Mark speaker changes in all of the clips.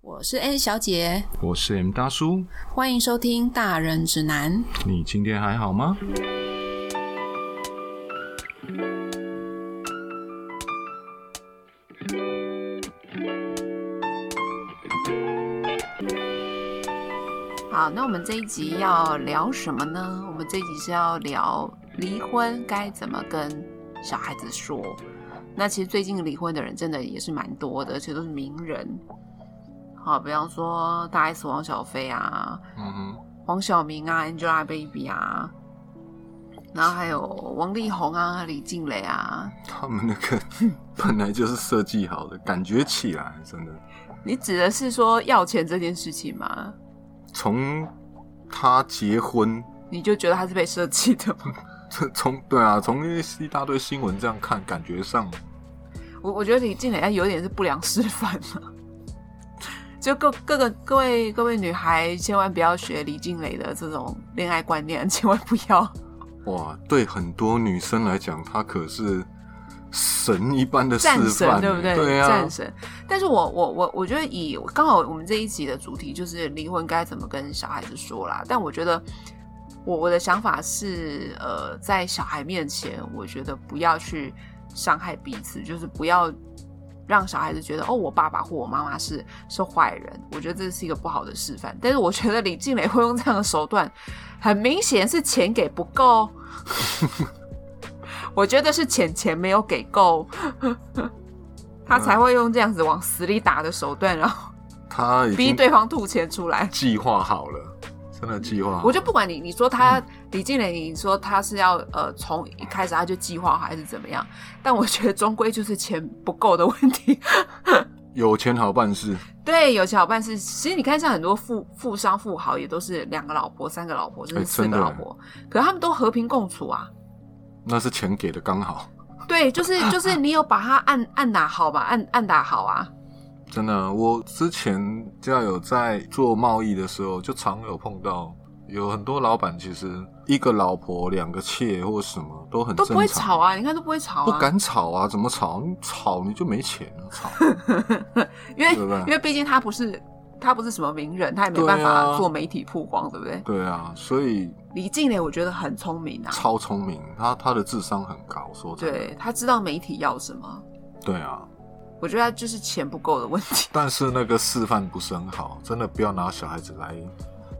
Speaker 1: 我是 A 小姐，
Speaker 2: 我是 M 大叔，
Speaker 1: 欢迎收听《大人指南》。
Speaker 2: 你今天还好吗？
Speaker 1: 好，那我们这一集要聊什么呢？我们这一集是要聊离婚该怎么跟小孩子说。那其实最近离婚的人真的也是蛮多的，而且都是名人。好，比方说大 S 王小菲啊，
Speaker 2: 嗯哼，
Speaker 1: 黄晓明啊，Angelababy 啊，然后还有王力宏啊，李静蕾啊。
Speaker 2: 他们那个本来就是设计好的，感觉起来真的，
Speaker 1: 你指的是说要钱这件事情吗？
Speaker 2: 从他结婚，
Speaker 1: 你就觉得他是被设计的吗？
Speaker 2: 这从对啊，从一大堆新闻这样看，感觉上
Speaker 1: 我我觉得李静蕾她有点是不良示范了。就各各个各位各位女孩，千万不要学李静蕾的这种恋爱观念，千万不要。
Speaker 2: 哇，对很多女生来讲，他可是神一般的示
Speaker 1: 战
Speaker 2: 范
Speaker 1: 神，
Speaker 2: 欸，
Speaker 1: 对不对？
Speaker 2: 对啊，
Speaker 1: 战神。但是我我我我觉得以刚好我们这一集的主题就是离婚该怎么跟小孩子说啦。但我觉得我我的想法是，呃，在小孩面前，我觉得不要去伤害彼此，就是不要让小孩子觉得哦，我爸爸或我妈妈是是坏人。我觉得这是一个不好的示范。但是我觉得李静蕾会用这样的手段，很明显是钱给不够。哦我觉得是钱钱没有给够， 他才会用这样子往死里打的手段，然后
Speaker 2: 他已
Speaker 1: 逼
Speaker 2: 经
Speaker 1: 对方吐钱出来。
Speaker 2: 计划好了，真的计划好
Speaker 1: 我就不管你，你说他、李静蕾，你说他是要呃从一开始他就计划好还是怎么样？但我觉得终归就是钱不够的问题。
Speaker 2: 有钱好办事，
Speaker 1: 对，有钱好办事。其实你看，像很多富富商富豪也都是两个老婆、三个老婆，甚
Speaker 2: 哎
Speaker 1: 至四
Speaker 2: 真
Speaker 1: 个
Speaker 2: 的
Speaker 1: 老婆，可他们都和平共处啊。
Speaker 2: 那是钱给的刚好。
Speaker 1: 对，就是就是你有把他按按打好吧，按按打好啊。
Speaker 2: 真的，我之前就有在做贸易的时候，就常有碰到有很多老板，其实一个老婆、两个妾或什么都很
Speaker 1: 都
Speaker 2: 正
Speaker 1: 不会
Speaker 2: 常
Speaker 1: 吵，啊，你看都不会吵啊，
Speaker 2: 不敢吵啊，怎么吵？你吵你就没钱了， 吵
Speaker 1: 因为
Speaker 2: 对不对
Speaker 1: 因为毕竟他不是他不是什么名人，他也没办
Speaker 2: 对
Speaker 1: 法
Speaker 2: 啊
Speaker 1: 做媒体曝光，对不对？
Speaker 2: 对啊，所以
Speaker 1: 李静蕾我觉得很聪明啊，
Speaker 2: 超聪明，他他的智商很高，说真的，
Speaker 1: 对他知道媒体要什么，
Speaker 2: 对啊，
Speaker 1: 我觉得他就是钱不够的问题。
Speaker 2: 但是那个示范不是很好，真的不要拿小孩子来，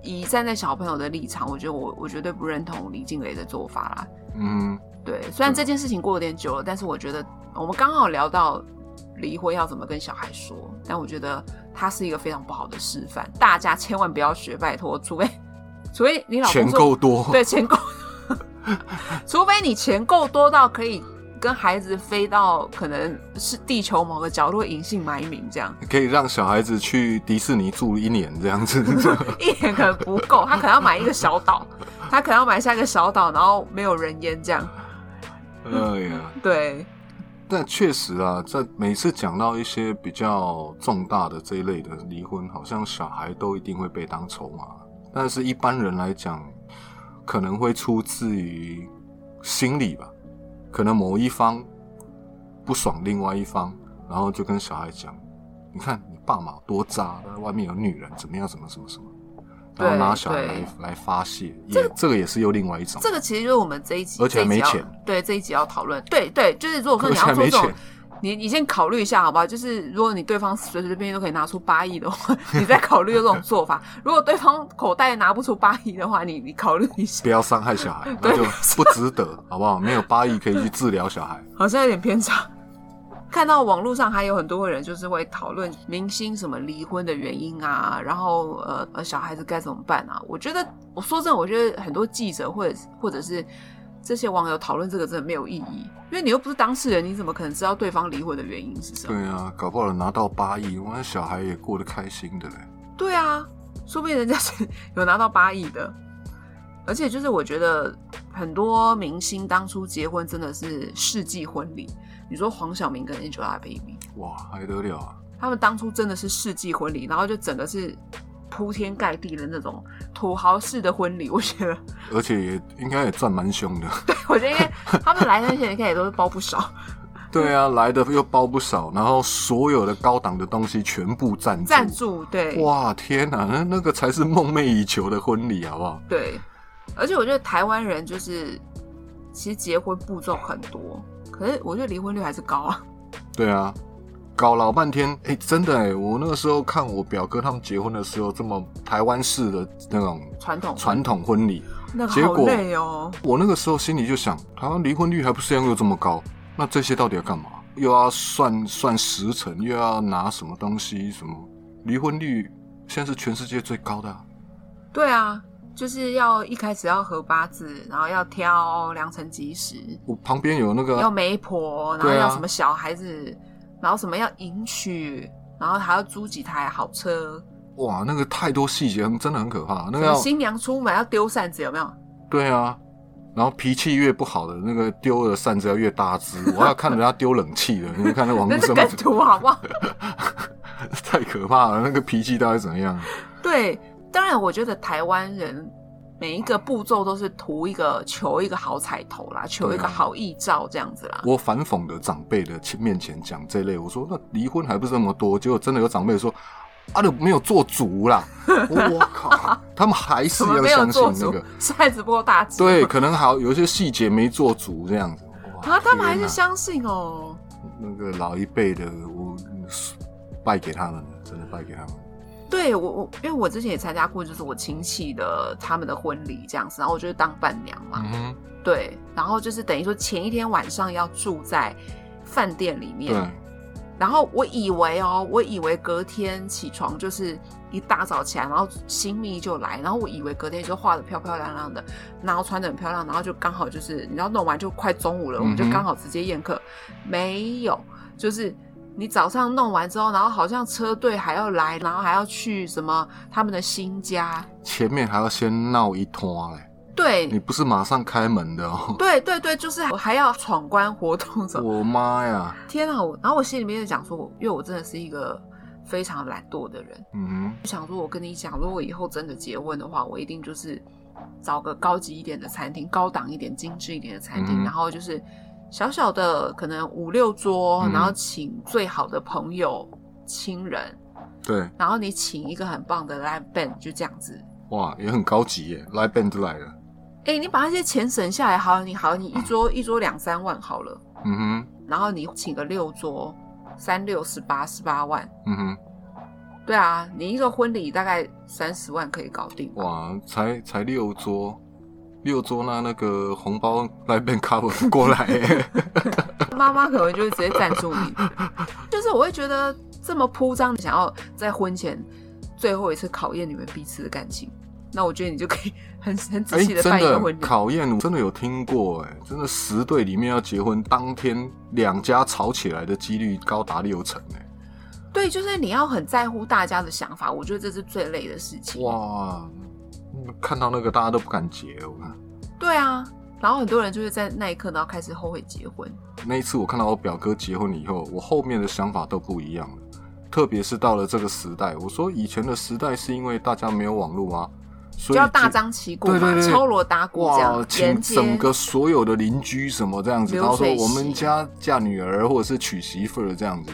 Speaker 1: 以站在小朋友的立场，我觉得我我绝对不认同李静蕾的做法啦。
Speaker 2: 嗯，
Speaker 1: 对，虽然
Speaker 2: 对
Speaker 1: 这件事情过有点久了，但是我觉得嗯我们刚好聊到离婚要怎么跟小孩说，但我觉得它是一个非常不好的示范，大家千万不要学，拜托，除非除非你老公
Speaker 2: 钱
Speaker 1: 说
Speaker 2: 够多，
Speaker 1: 对，钱够，除非你钱够多到可以跟孩子飞到可能是地球某个角落隐姓埋名这样，
Speaker 2: 可以让小孩子去迪士尼住一年这样 子，
Speaker 1: 一年可能不够，他可能要买一个小岛，他可能要买下一个小岛，然后没有人烟这样。
Speaker 2: 哎呀。
Speaker 1: 对，
Speaker 2: 但确实啊，在每次讲到一些比较重大的这一类的离婚，好像小孩都一定会被当筹码，但是一般人来讲，可能会出自于心理吧，可能某一方不爽另外一方，然后就跟小孩讲：“你看你爸妈多渣，外面有女人，怎么样，怎么什么什么。”然后
Speaker 1: 对
Speaker 2: 拿小孩
Speaker 1: 对
Speaker 2: 来来发泄，也这个也是又另外一种，
Speaker 1: 这个其实就是我们这一集，
Speaker 2: 而且还没
Speaker 1: 这一集要
Speaker 2: 钱
Speaker 1: 对这一集要讨论，对对，就是如果说
Speaker 2: 而
Speaker 1: 你
Speaker 2: 且
Speaker 1: 要
Speaker 2: 还
Speaker 1: 做
Speaker 2: 没
Speaker 1: 这种
Speaker 2: 钱。
Speaker 1: 你你先考虑一下，好不好？就是如果你对方随随便便都可以拿出八亿的话，你再考虑这种做法；如果对方口袋拿不出八亿的话，你你考虑一下
Speaker 2: 不。要伤害小孩，那就不值得，好不好？没有八亿可以去治疗小孩，
Speaker 1: 好像有点偏差。 看到网络上还有很多人就是会讨论明星什么离婚的原因啊，然后呃呃小孩子该怎么办啊？我觉得我说真的，我觉得很多记者或者或者是这些网友讨论这个真的没有意义，因为你又不是当事人，你怎么可能知道对方离婚的原因是什么？
Speaker 2: 对啊，搞不好拿到八亿，我那小孩也过得开心的嘞。
Speaker 1: 对啊，说不定人家是 有拿到八亿的。而且就是我觉得很多明星当初结婚真的是世纪婚礼，你说黄晓明跟 Angelababy。
Speaker 2: 哇，还得了啊！
Speaker 1: 他们当初真的是世纪婚礼，然后就整个是铺天盖地的那种土豪式的婚礼。我 觉得，
Speaker 2: 而且也应该也赚蛮凶的，
Speaker 1: 我觉得应该他们来的那些人应该也都是包不少。
Speaker 2: 对啊，来的又包不少，然后所有的高档的东西全部赞助。
Speaker 1: 赞助对
Speaker 2: 哇，天哪，那那个才是梦寐以求的婚礼，好不好？
Speaker 1: 对，而且我觉得台湾人就是其实结婚步骤很多，可是我觉得离婚率还是高啊。
Speaker 2: 对啊，搞老半天，哎、真的哎、我那个时候看我表哥他们结婚的时候，这么台湾式的那种
Speaker 1: 传统
Speaker 2: 传统婚礼，啊
Speaker 1: 那个
Speaker 2: 结
Speaker 1: 好
Speaker 2: 果
Speaker 1: 累哦，
Speaker 2: 我那个时候心里就想，台湾离婚率还不是一样又这么高，那这些到底要干嘛？又要算算时辰，又要拿什么东西？什么离婚率现在是全世界最高的、啊，
Speaker 1: 对啊，就是要一开始要合八字，然后要挑良辰吉时，
Speaker 2: 我旁边有那个
Speaker 1: 要媒婆，然后
Speaker 2: 啊对啊
Speaker 1: 要什么小孩子，然后什么要迎娶，然后还要租几台好车，
Speaker 2: 哇，那个太多细节，真的很可怕。那
Speaker 1: 什
Speaker 2: 个
Speaker 1: 么
Speaker 2: 要
Speaker 1: 新娘出门要丢扇子，有没有？
Speaker 2: 对啊，然后脾气越不好的那个丢的扇子要越大只，我还要看人家丢冷气的，你们看那网
Speaker 1: 那
Speaker 2: 络
Speaker 1: 是
Speaker 2: 上
Speaker 1: 梗
Speaker 2: 面
Speaker 1: 图好 不好？
Speaker 2: 太可怕了，那个脾气到底怎样？
Speaker 1: 对，当然我觉得台湾人每一个步骤都是图一个求一个好彩头啦，求一个
Speaker 2: 对啊
Speaker 1: 好意照这样子啦。
Speaker 2: 我反讽的长辈的面前讲这类，我说那离婚还不是那么多，结果真的有长辈说。啊，都没有做足啦！我靠，他们还是
Speaker 1: 怎么
Speaker 2: 要
Speaker 1: 没有
Speaker 2: 相
Speaker 1: 做
Speaker 2: 信那
Speaker 1: 足
Speaker 2: 个，？
Speaker 1: 扇子不够大只。
Speaker 2: 对，可能好有一些细节没做足这样子。哇
Speaker 1: 啊，他们还
Speaker 2: 天
Speaker 1: 是
Speaker 2: 哪
Speaker 1: 相信哦。
Speaker 2: 那个老一辈的，我败给他们了，真的败给他们。
Speaker 1: 对我我，因为我之前也参加过，就是我亲戚的他们的婚礼这样子，然后我就是当伴娘嘛。
Speaker 2: 嗯哼，
Speaker 1: 对，然后就是等于说前一天晚上要住在饭店里面，
Speaker 2: 对，
Speaker 1: 然后我以为哦，我以为隔天起床就是一大早起来，然后新密就来，然后我以为隔天就化的漂漂亮亮的，然后穿的很漂亮，然后就刚好就是你知道弄完就快中午了，我们就
Speaker 2: 嗯哼
Speaker 1: 刚好直接宴客，没有，就是。你早上弄完之后，然后好像车队还要来，然后还要去什么他们的新家，
Speaker 2: 前面还要先闹一通啊嘞，
Speaker 1: 对
Speaker 2: 你不是马上开门的哦。
Speaker 1: 对对对，就是我还要闯关活动什么，
Speaker 2: 我妈呀，
Speaker 1: 天啊！我然后我心里面就讲说，我因为我真的是一个非常懒惰的人，
Speaker 2: 嗯
Speaker 1: 就想说，我跟你讲，如果以后真的结婚的话，我一定就是找个高级一点的餐厅，高档一点、精致一点的餐厅，
Speaker 2: 嗯
Speaker 1: 然后就是小小的，可能五六桌，
Speaker 2: 嗯
Speaker 1: 然后请最好的朋友、亲人，
Speaker 2: 哼，对，
Speaker 1: 然后你请一个很棒的 live band，就这样子。
Speaker 2: 哇，也很高级耶，来 band 就来了。
Speaker 1: 哎，你把那些钱省下来，好，你好，你一桌一桌两三万好了，
Speaker 2: 嗯哼，
Speaker 1: 然后你请个六桌，三六十八十八万。
Speaker 2: 嗯哼，
Speaker 1: 对啊，你一个婚礼大概三十万可以搞定。
Speaker 2: 哇，才才六桌，六桌那那个红包来 band cover 过 来欸耶，
Speaker 1: 妈妈可能就会直接赞助你， 就是我会觉得这么铺张，想要在婚前最后一次考验你们彼此的感情，那我觉得你就可以很 很仔
Speaker 2: 哎，
Speaker 1: 细的
Speaker 2: 真
Speaker 1: 办一个
Speaker 2: 的
Speaker 1: 婚礼。
Speaker 2: 考验，我真的有听过哎，真的十对里面要结婚，当天两家吵起来的几率高达六成哎，
Speaker 1: 对，就是你要很在乎大家的想法，我觉得这是最累的事情。
Speaker 2: 哇，嗯看到那个大家都不敢结，我看。
Speaker 1: 对啊，然后很多人就会在那一刻，然后开始后悔结婚。
Speaker 2: 那一次我看到我表哥结婚以后，我后面的想法都不一样了。特别是到了这个时代，我说以前的时代是因为大家没有网络啊，所
Speaker 1: 就
Speaker 2: 以
Speaker 1: 要大
Speaker 2: 就
Speaker 1: 张旗鼓嘛，
Speaker 2: 对对对
Speaker 1: 敲锣打鼓这
Speaker 2: 哇
Speaker 1: 样，沿
Speaker 2: 请
Speaker 1: 街。
Speaker 2: 整个所有的邻居什么这样子，
Speaker 1: 流
Speaker 2: 然后说
Speaker 1: 水席
Speaker 2: 我们家嫁女儿或者是娶媳妇儿这样子。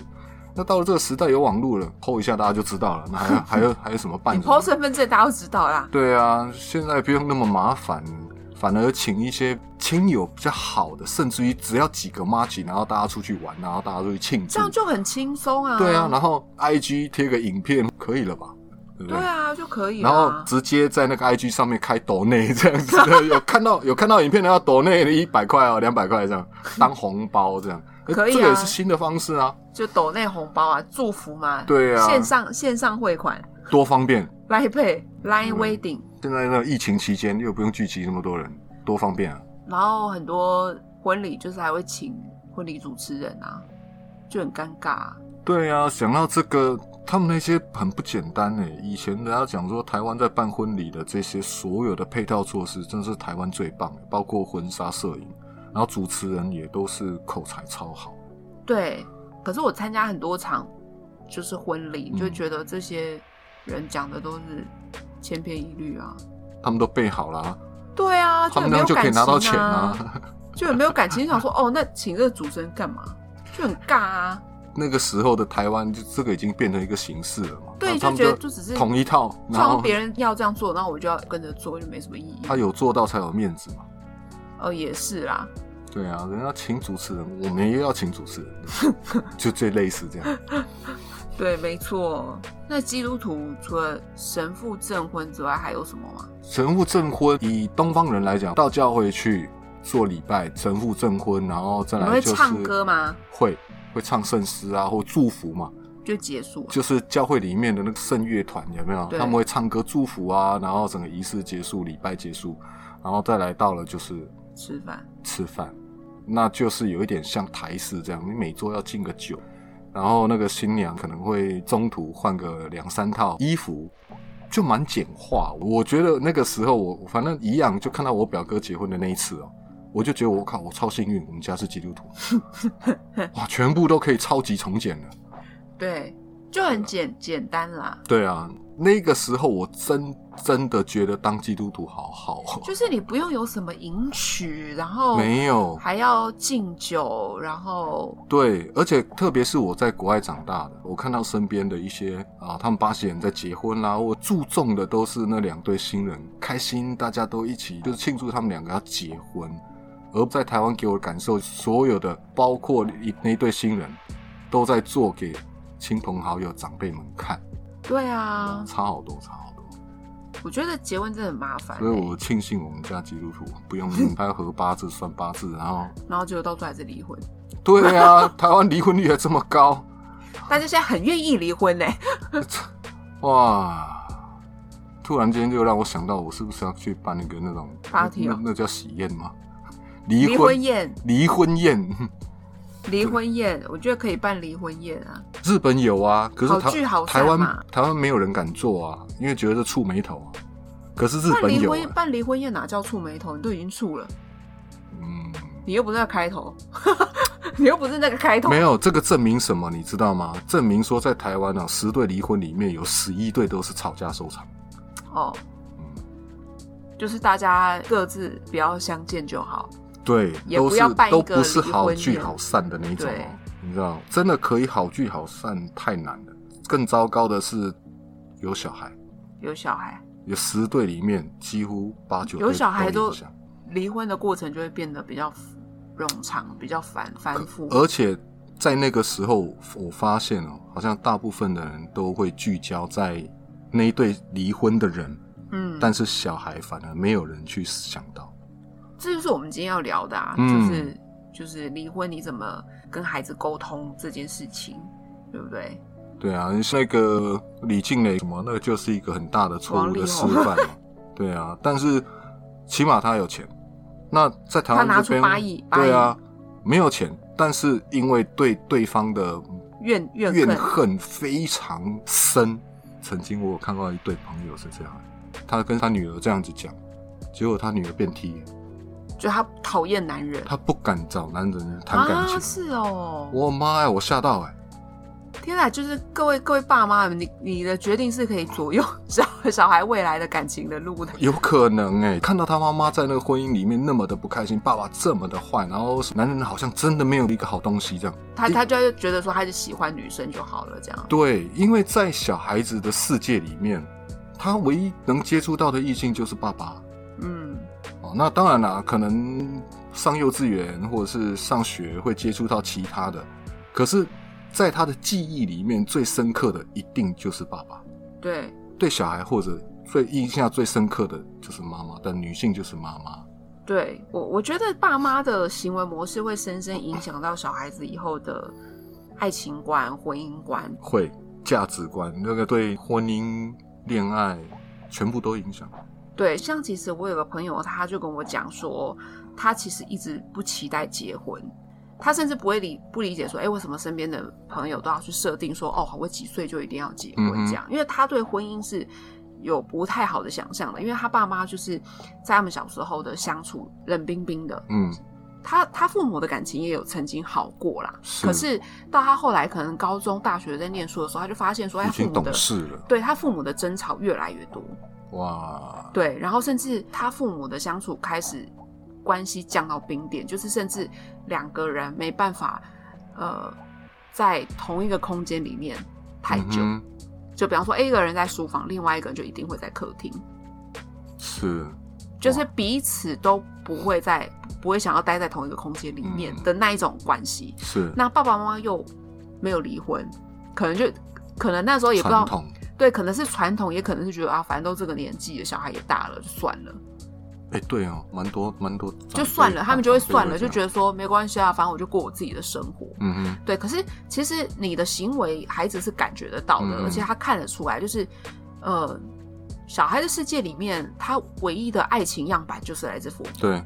Speaker 2: 那到了这个时代有网络了，剖一下大家就知道了。那还有还有还有什么办
Speaker 1: 你
Speaker 2: 法
Speaker 1: PO？身份证，大家都知道啦。
Speaker 2: 对啊，现在不用那么麻烦，反而请一些亲友比较好的，甚至于只要几个妈吉，然后大家出去玩，然后大家出去庆祝，
Speaker 1: 这样就很轻松啊。
Speaker 2: 对啊，然后 I G 贴个影片可以了吧？对不
Speaker 1: 对
Speaker 2: 对？
Speaker 1: 啊，就可以啦。
Speaker 2: 然后直接在那个 I G 上面开抖内这 样子的，有看到有看到影片的要抖内一百块哦，两百块这样当红包这样，呃
Speaker 1: 可以啊
Speaker 2: 这个也是新的方式啊，
Speaker 1: 就抖内红包啊，祝福嘛，
Speaker 2: 对啊
Speaker 1: 线上线上汇款
Speaker 2: 多方便！
Speaker 1: ，Line Pay、Line
Speaker 2: 嗯
Speaker 1: Wedding，、
Speaker 2: 现在那个疫情期间又不用聚集那么多人，多方便啊！
Speaker 1: 然后很多婚礼就是还会请婚礼主持人啊，就很尴尬、啊。
Speaker 2: 对啊，想到这个，他们那些很不简单哎。以前人家讲说，台湾在办婚礼的这些所有的配套措施，真是台湾最棒，包括婚纱摄影，然后主持人也都是口才超好。
Speaker 1: 对，可是我参加很多场就是婚礼，你就
Speaker 2: 嗯
Speaker 1: 觉得这些人讲的都是千篇一律啊。
Speaker 2: 他们都备好啦，
Speaker 1: 对啊，
Speaker 2: 他
Speaker 1: 就很
Speaker 2: 们那
Speaker 1: 没有
Speaker 2: 样就可以
Speaker 1: 感情
Speaker 2: 拿到钱
Speaker 1: 啊，
Speaker 2: 啊。
Speaker 1: 就很没有感情。想说哦，那请这个主持人干嘛？就很尬啊。
Speaker 2: 那个时候的台湾，就这个已经变成一个形式了嘛。
Speaker 1: 对
Speaker 2: 那他们
Speaker 1: 就觉得就只是
Speaker 2: 同一套，然
Speaker 1: 像
Speaker 2: 后
Speaker 1: 别人要这样做，然后我就要跟着做，就没什么意义。
Speaker 2: 他有做到才有面子嘛。
Speaker 1: 呃，也是啦，
Speaker 2: 对啊，人家请主持人，我们也要请主持人， 就最类似这样。
Speaker 1: 对，没错。那基督徒除了神父证婚之外，还有什么吗？
Speaker 2: 神父证婚，以东方人来讲，到教会去做礼拜，神父证婚，然后再
Speaker 1: 你们会
Speaker 2: 来就是
Speaker 1: 唱歌吗？
Speaker 2: 会会唱圣诗啊，或祝福嘛，
Speaker 1: 就结束了。
Speaker 2: 就是教会里面的那个圣乐团有没有？
Speaker 1: 对
Speaker 2: 他们会唱歌祝福啊，然后整个仪式结束，礼拜结束，然后再来到了就是
Speaker 1: 吃饭。
Speaker 2: 吃饭，那就是有一点像台式这样，你每桌要敬个酒，然后那个新娘可能会中途换个两三套衣服，就蛮简化。我觉得那个时候我反正一样，就看到我表哥结婚的那一次哦。我就觉得我靠，我超幸运，我们家是基督徒， 哇，全部都可以超级从简了。
Speaker 1: 对，就很简简单啦。
Speaker 2: 对啊，那个时候我真真的觉得当基督徒好好哦，
Speaker 1: 就是哦你不用有什么迎娶，然后
Speaker 2: 没有
Speaker 1: 还要敬酒，然后
Speaker 2: 对，而且特别是我在国外长大的，我看到身边的一些啊，他们巴西人在结婚啦、我注重的都是那两对新人开心，大家都一起就是庆祝他们两个要结婚。而在台湾给我的感受，所有的包括一那一对新人，都在做给亲朋好友、长辈们看，
Speaker 1: 对啊，
Speaker 2: 差好多，差好多。
Speaker 1: 我觉得结婚真的很麻烦欸、
Speaker 2: 所以我庆幸我们家基督徒不用明白合八字、算八字，然后
Speaker 1: 然后结果到最后还是离婚。
Speaker 2: 对啊，台湾离婚率还这么高。
Speaker 1: 大家现在很愿意离婚欸呢、
Speaker 2: 哇！突然间就让我想到，我是不是要去办一个那种
Speaker 1: Party
Speaker 2: 那
Speaker 1: 哦
Speaker 2: 那那叫喜宴吗？离
Speaker 1: 离
Speaker 2: 婚
Speaker 1: 婚宴，
Speaker 2: 离婚宴，
Speaker 1: 离婚宴，我觉得可以办离婚宴啊。
Speaker 2: 日本有啊，可是
Speaker 1: 好
Speaker 2: 台
Speaker 1: 聚好
Speaker 2: 台
Speaker 1: 散嘛
Speaker 2: 湾台湾没有人敢做啊，因为觉得触眉头啊。可是日
Speaker 1: 办
Speaker 2: 本
Speaker 1: 离
Speaker 2: 有、
Speaker 1: 婚
Speaker 2: 啊，
Speaker 1: 办离婚宴哪叫触眉头？你都已经触了，
Speaker 2: 嗯，
Speaker 1: 你又不是那个开头， 你又不是那个开头
Speaker 2: 没。有这个证明什么，你知道吗？证明说在台湾啊，十对离婚里面有十一对都是吵架收场。
Speaker 1: 哦，
Speaker 2: 嗯，
Speaker 1: 就是大家各自不要相见就好。
Speaker 2: 对，
Speaker 1: 也
Speaker 2: 都
Speaker 1: 不
Speaker 2: 是
Speaker 1: 要办一
Speaker 2: 都
Speaker 1: 个
Speaker 2: 不是
Speaker 1: 离
Speaker 2: 好
Speaker 1: 婚
Speaker 2: 聚
Speaker 1: 宴
Speaker 2: 好散的那一种、
Speaker 1: 对
Speaker 2: 哦，你知道，真的可以好聚好散太难了。更糟糕的是，有小孩，
Speaker 1: 有小孩，
Speaker 2: 有十对里面几乎八九
Speaker 1: 有
Speaker 2: 对
Speaker 1: 小孩
Speaker 2: 都
Speaker 1: 都
Speaker 2: 影响
Speaker 1: 离婚的过程就会变得比较冗长，比较繁繁复。
Speaker 2: 而且在那个时候，我发现哦，好像大部分的人都会聚焦在那一对离婚的人，
Speaker 1: 嗯，
Speaker 2: 但是小孩反而没有人去想到。
Speaker 1: 这就是我们今天要聊的啊，
Speaker 2: 嗯
Speaker 1: 就是就是离婚你怎么跟孩子沟通这件事情，对不对？
Speaker 2: 对啊，那个李静蕾什么，那个就是一个很大的错误的示范嘛。 对啊，但是起码他有钱。那在台湾
Speaker 1: 他拿
Speaker 2: 这边
Speaker 1: 出八亿八亿
Speaker 2: 对啊，没有钱，但是因为对对方的
Speaker 1: 怨怨
Speaker 2: 怨
Speaker 1: 恨
Speaker 2: 恨非常深。曾经我有看到一对朋友是这样，他跟他女儿这样子讲，结果他女儿变 T，了
Speaker 1: 就他讨厌男人
Speaker 2: 他不敢找男人谈感情。
Speaker 1: 啊，是哦，
Speaker 2: 我妈呀，我吓到哎、
Speaker 1: 天啊！就是各位各位爸妈们，你你的决定是可以左右 小小孩未来的感情的路的。
Speaker 2: 有可能哎、看到他妈妈在那个婚姻里面那么的不开心，爸爸这么的坏，然后男人好像真的没有一个好东西这样。
Speaker 1: 他他就觉得说他是喜欢女生就好了，这样
Speaker 2: 对，因为在小孩子的世界里面，他唯一能接触到的异性就是爸爸
Speaker 1: 嗯，
Speaker 2: 哦。那当然啦，可能上幼稚园或者是上学会接触到其他的，可是，在他的记忆里面最深刻的一定就是爸爸。
Speaker 1: 对，
Speaker 2: 对小孩或者最印象最深刻的就是妈妈，但女性就是妈妈。
Speaker 1: 对我，我觉得爸妈的行为模式会深深影响到小孩子以后的爱情观、婚姻观。
Speaker 2: 会价值观，那个对婚姻、恋爱全部都影响。
Speaker 1: 对，像其实我有个朋友，他就跟我讲说，他其实一直不期待结婚，他甚至不会理不理解说，哎，为什么身边的朋友都要去设定说，哦，我几岁就一定要结
Speaker 2: 嗯哼
Speaker 1: 婚这样，因为他对婚姻是有不太好的想象的，因为他爸妈就是在他们小时候的相处冷冰冰的，
Speaker 2: 嗯，
Speaker 1: 他他父母的感情也有曾经好过啦，
Speaker 2: 是
Speaker 1: 可是到他后来可能高中、大学在念书的时候，他就发现说，哎，
Speaker 2: 已
Speaker 1: 父
Speaker 2: 经
Speaker 1: 母
Speaker 2: 懂
Speaker 1: 的
Speaker 2: 事了。
Speaker 1: 对他父母的争吵越来越多，
Speaker 2: 哇，
Speaker 1: 对，然后甚至他父母的相处开始关系降到冰点，就是甚至两个人没办法呃在同一个空间里面太久。
Speaker 2: 嗯哼
Speaker 1: 就比方说，诶一个人在书房，另外一个人就一定会在客厅，
Speaker 2: 是，
Speaker 1: 就是彼此都不会在不会想要待在同一个空间里面
Speaker 2: 嗯
Speaker 1: 的那一种关系。
Speaker 2: 是
Speaker 1: 那爸爸妈妈又没有离婚，可能就可能那时候也不知
Speaker 2: 传
Speaker 1: 道
Speaker 2: 统。
Speaker 1: 对，可能是传统，也可能是觉得啊，反正都这个年纪了，小孩也大了，就算了，
Speaker 2: 哎、对哦，蛮多蛮多，
Speaker 1: 就算了，他
Speaker 2: 啊
Speaker 1: 们就会算了，就觉
Speaker 2: 得，
Speaker 1: 得说没关系啊，反正我就过我自己的生活。
Speaker 2: 嗯哼，
Speaker 1: 对，可是其实你的行为，孩子是感觉得到的，
Speaker 2: 嗯
Speaker 1: 而且他看得出来，就是呃，小孩的世界里面，他唯一的爱情样板就是来自父母，
Speaker 2: 对，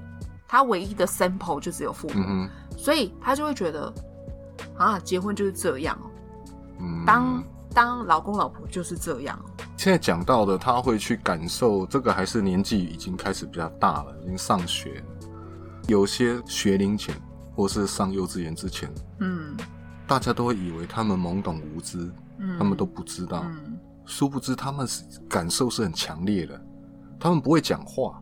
Speaker 1: 他唯一的 sample 就只有父母，
Speaker 2: 嗯哼，
Speaker 1: 所以他就会觉得啊，结婚就是这样哦，
Speaker 2: 嗯，
Speaker 1: 当、当老公老婆就是这样哦，
Speaker 2: 现在讲到的，他会去感受这个，还是年纪已经开始比较大了，已经上学，有些学龄前或是上幼稚园之前，
Speaker 1: 嗯
Speaker 2: 大家都会以为他们懵懂无知，
Speaker 1: 嗯，
Speaker 2: 他们都不知道，
Speaker 1: 嗯
Speaker 2: 殊不知他们是感受是很强烈的，他们不会讲话，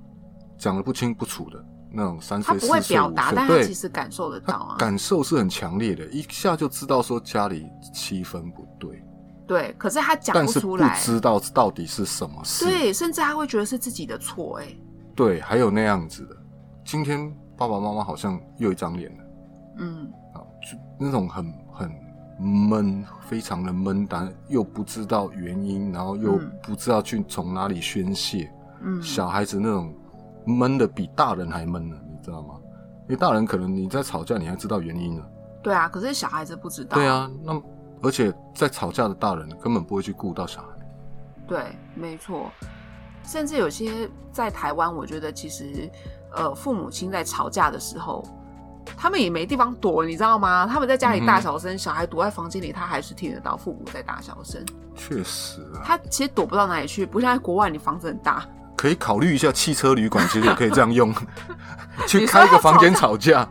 Speaker 2: 讲的不清不楚的那种三
Speaker 1: 他
Speaker 2: 岁、
Speaker 1: 不
Speaker 2: 四
Speaker 1: 会
Speaker 2: 岁、
Speaker 1: 表
Speaker 2: 五
Speaker 1: 达，
Speaker 2: 岁
Speaker 1: 但他
Speaker 2: 对
Speaker 1: 其实感受得到
Speaker 2: 他
Speaker 1: 啊，
Speaker 2: 感受是很强烈的，一下就知道说家里气氛不对，
Speaker 1: 对，可是他讲
Speaker 2: 但
Speaker 1: 不
Speaker 2: 是
Speaker 1: 出
Speaker 2: 不
Speaker 1: 来，
Speaker 2: 知道到底是什么事。
Speaker 1: 对，甚至他会觉得是自己的错、欸，
Speaker 2: 对，还有那样子的。今天爸爸妈妈好像又一张脸了
Speaker 1: 嗯。
Speaker 2: 啊，就那种很很闷，非常的闷，但又不知道原因，然后又
Speaker 1: 嗯
Speaker 2: 不知道去从哪里宣泄。
Speaker 1: 嗯，
Speaker 2: 小孩子那种闷的比大人还闷呢，你知道吗？因为大人可能你在吵架，你还知道原因呢。
Speaker 1: 对啊，可是小孩子不知道。
Speaker 2: 对，啊，那而且在吵架的大人根本不会去顾到小孩。
Speaker 1: 对，没错。甚至有些在台湾，我觉得其实，呃，父母亲在吵架的时候，他们也没地方躲，你知道吗？他们在家
Speaker 2: 嗯
Speaker 1: 里大小声，小孩躲在房间里，他还是听得到父母在大小声。
Speaker 2: 确实啊，
Speaker 1: 他其实躲不到哪里去，不像在国外，你房子很大，
Speaker 2: 可以考虑一下汽车旅馆，其实也可以这样用，去
Speaker 1: 你说
Speaker 2: 开个
Speaker 1: 要
Speaker 2: 房间
Speaker 1: 吵
Speaker 2: 吵架。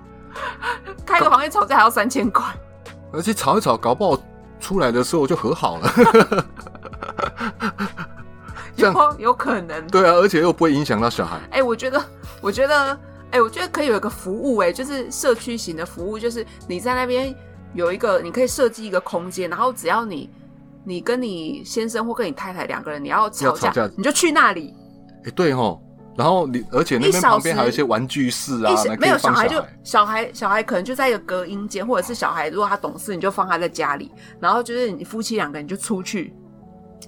Speaker 1: 开个房间吵架还要三千块。
Speaker 2: 而且吵一吵，搞不好出来的时候就和 好了。这样
Speaker 1: 有有可能。
Speaker 2: 对啊，而且又不会影响到小孩。
Speaker 1: 哎、我觉得，我觉得，哎、我觉得可以有一个服务、哎，就是社区型的服务，就是你在那边有一个，你可以设计一个空间，然后只要你，你跟你先生或跟你太太两个人，你要吵架，
Speaker 2: 要吵架
Speaker 1: 你就去那里，
Speaker 2: 哎、对吼，然后你而且那
Speaker 1: 哦一小
Speaker 2: 边
Speaker 1: 时
Speaker 2: 旁边还有一些玩具室啊
Speaker 1: 一，时
Speaker 2: 那可
Speaker 1: 没
Speaker 2: 以
Speaker 1: 有
Speaker 2: 放
Speaker 1: 小
Speaker 2: 孩
Speaker 1: 孩就小孩小孩可能就在一个隔音间，或者是小孩如果他懂事，你就放他在家里，然后就是你夫妻两个人就出去，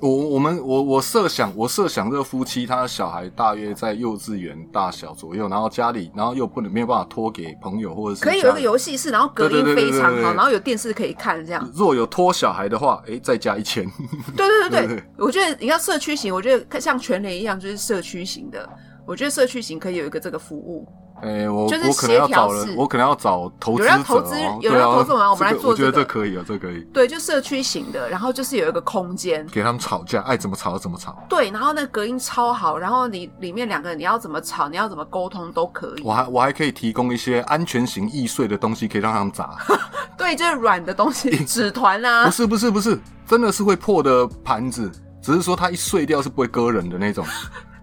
Speaker 2: 我我们我我设想，我设想这个夫妻他的小孩大约在幼稚园大小左右，然后家里，然后又不能没有办法托给朋友或者是
Speaker 1: 可以有
Speaker 2: 家
Speaker 1: 一个游戏室，然后隔音
Speaker 2: 对对对
Speaker 1: 非
Speaker 2: 对对
Speaker 1: 常
Speaker 2: 对
Speaker 1: 好，
Speaker 2: 对
Speaker 1: 然后有电视可以看，这样。
Speaker 2: 若有托小孩的话，哎、再加一千。
Speaker 1: 对对对
Speaker 2: 对
Speaker 1: 对
Speaker 2: 对，
Speaker 1: 我觉得你要社区型，我觉得像全联一样，就是社区型的。我觉得社区型可以有一个这个服务，
Speaker 2: 哎、我
Speaker 1: 就是
Speaker 2: 我可能要找
Speaker 1: 协调
Speaker 2: 人，
Speaker 1: 式
Speaker 2: 我可能要找投资
Speaker 1: 有
Speaker 2: 者、
Speaker 1: 人要
Speaker 2: 哦，
Speaker 1: 投资有人
Speaker 2: 对
Speaker 1: 要
Speaker 2: 啊
Speaker 1: 投资我们我们来
Speaker 2: 这个
Speaker 1: 做
Speaker 2: 我觉得
Speaker 1: 这个
Speaker 2: 这可以啊，这可以
Speaker 1: 对，就社区型的，然后就是有一个空间，
Speaker 2: 给他们吵架，爱怎么吵就怎么吵。
Speaker 1: 对，然后那隔音超好，然后你里面两个人你要怎么吵，你要怎么沟通都可以
Speaker 2: 我，还我还可以提供一些安全型易碎的东西，可以让他们砸。
Speaker 1: 啊对，就是软的东西，纸团
Speaker 2: 不
Speaker 1: 啊，
Speaker 2: 是不是不是，真的是会破的盘子，只是说它一碎掉是不会割人的那种。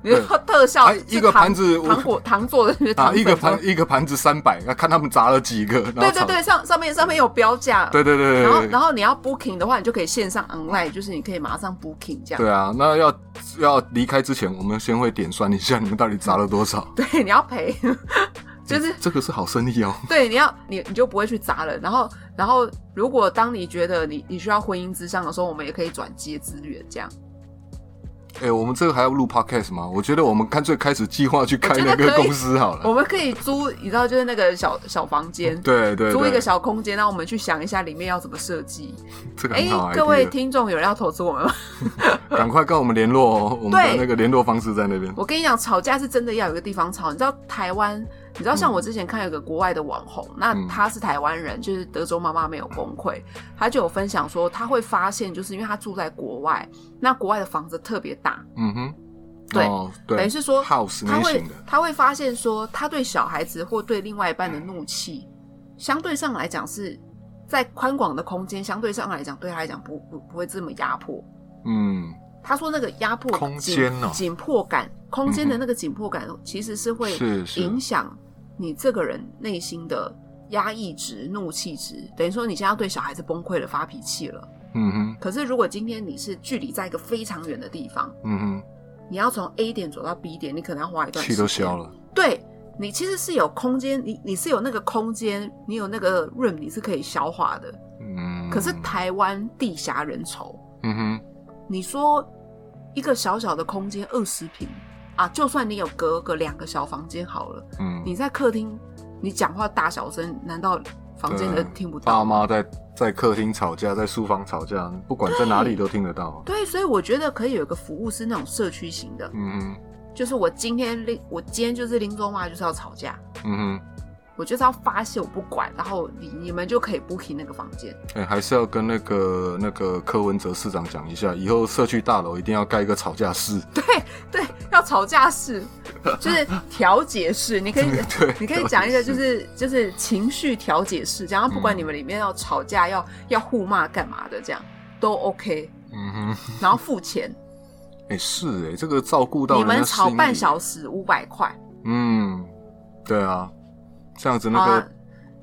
Speaker 1: 你说特效
Speaker 2: 哎，
Speaker 1: 是
Speaker 2: 一个
Speaker 1: 糖
Speaker 2: 盘子我
Speaker 1: 糖果糖做的，就是
Speaker 2: 啊，
Speaker 1: 糖
Speaker 2: 一个
Speaker 1: 粉做的
Speaker 2: 盘一个盘子三百，那看他们砸了几个。然后
Speaker 1: 对对对，上上面上面有标价，
Speaker 2: 对对对
Speaker 1: 然后
Speaker 2: 对对
Speaker 1: 然后你要 booking 的话，你就可以线上 online，就是你可以马上 booking 这样。
Speaker 2: 对啊，那要要离开之前，我们先会点算一下你们到底砸了多少。
Speaker 1: 对，你要赔， 就是
Speaker 2: 这个是好生意哦。
Speaker 1: 对，你要你你就不会去砸了。然后，然后如果当你觉得你你需要婚姻之上的时候，我们也可以转接资源，这样。
Speaker 2: 哎，我们这个还要录 podcast 吗？我觉得我们干脆开始计划去开那
Speaker 1: 我觉
Speaker 2: 个
Speaker 1: 得可以
Speaker 2: 公司好了。
Speaker 1: 我们可以租，你知道，就是那个小小房间，
Speaker 2: 哦对对
Speaker 1: 租一个
Speaker 2: 对，
Speaker 1: 小空间，让我们去想一下里面要怎么设计。
Speaker 2: 这个
Speaker 1: 哎
Speaker 2: 很好，idea。
Speaker 1: 各位听众有人要投资我们吗？
Speaker 2: 赶快跟我们联络哦，我们的
Speaker 1: 对
Speaker 2: 那个联络方式在那边。
Speaker 1: 我跟你讲，吵架是真的要有一个地方吵。你知道台湾，你知道
Speaker 2: 嗯
Speaker 1: 像我之前看有个国外的网红，那他是台湾人，就是德州妈妈没有崩溃，他就有分享说，他会发现，就是因为他住在国外，那国外的房子特别大，
Speaker 2: 嗯哼，
Speaker 1: 对
Speaker 2: 哦、对，
Speaker 1: 等于是说
Speaker 2: house
Speaker 1: 他
Speaker 2: 那
Speaker 1: 会
Speaker 2: 型的，
Speaker 1: 他会发现说，他对小孩子或对另外一半的怒气，
Speaker 2: 嗯
Speaker 1: 相对上来讲是在宽广的空间，相对上来讲对他来讲不不不会这么压迫。
Speaker 2: 嗯，
Speaker 1: 他说那个压迫
Speaker 2: 空
Speaker 1: 紧
Speaker 2: 间哦嗯
Speaker 1: 紧迫感，空间的那个紧迫感其实是会
Speaker 2: 是是
Speaker 1: 影响你这个人内心的压抑值、怒气值，等于说你现在要对小孩子崩溃了、发脾气了。
Speaker 2: 嗯哼，
Speaker 1: 可是如果今天你是距离在一个非常远的地方，
Speaker 2: 嗯哼，
Speaker 1: 你要从 A 点走到 B 点，你可能要花一段时
Speaker 2: 气
Speaker 1: 间。
Speaker 2: 都消。了。
Speaker 1: 对你其实是有空间，你你是有那个空间，你有那个 room，你是可以消化的。
Speaker 2: 嗯，
Speaker 1: 可是台湾地狭人稠，
Speaker 2: 嗯哼，
Speaker 1: 你说一个小小的空间二十平啊，就算你有隔个两个小房间好了，
Speaker 2: 嗯，
Speaker 1: 你在客厅你讲话大小声，难道房间的人
Speaker 2: 对
Speaker 1: 听不
Speaker 2: 爸
Speaker 1: 到吗？
Speaker 2: 妈在在客厅吵架，在书房吵架，不管在哪里都听得到啊。
Speaker 1: 对，所以我觉得可以有一个服务是那种社区型的，
Speaker 2: 嗯哼，
Speaker 1: 就是我今天拎，我今天就是拎中妈就是要吵架，
Speaker 2: 嗯哼，
Speaker 1: 我就是要发泄，我不管，然后你你们就可以 booking 那个房间。
Speaker 2: 哎、还是要跟那个那个柯文哲市长讲一下，以后社区大楼一定要盖一个吵架室。
Speaker 1: 对，要吵架室，就是调解室，你可以
Speaker 2: 对，
Speaker 1: 你可以讲一个，就
Speaker 2: 了解
Speaker 1: 是就是情绪调解室，这样不管
Speaker 2: 嗯
Speaker 1: 你们里面要吵架、要要互骂干嘛的，这样都 OK。
Speaker 2: 嗯哼，
Speaker 1: 然后付钱，
Speaker 2: 哎、是哎、这个照顾 到
Speaker 1: 你
Speaker 2: 人家
Speaker 1: 们吵
Speaker 2: 心
Speaker 1: 半
Speaker 2: 理
Speaker 1: 小时五百块，
Speaker 2: 嗯，对啊，这样子那
Speaker 1: 好
Speaker 2: 个
Speaker 1: 啊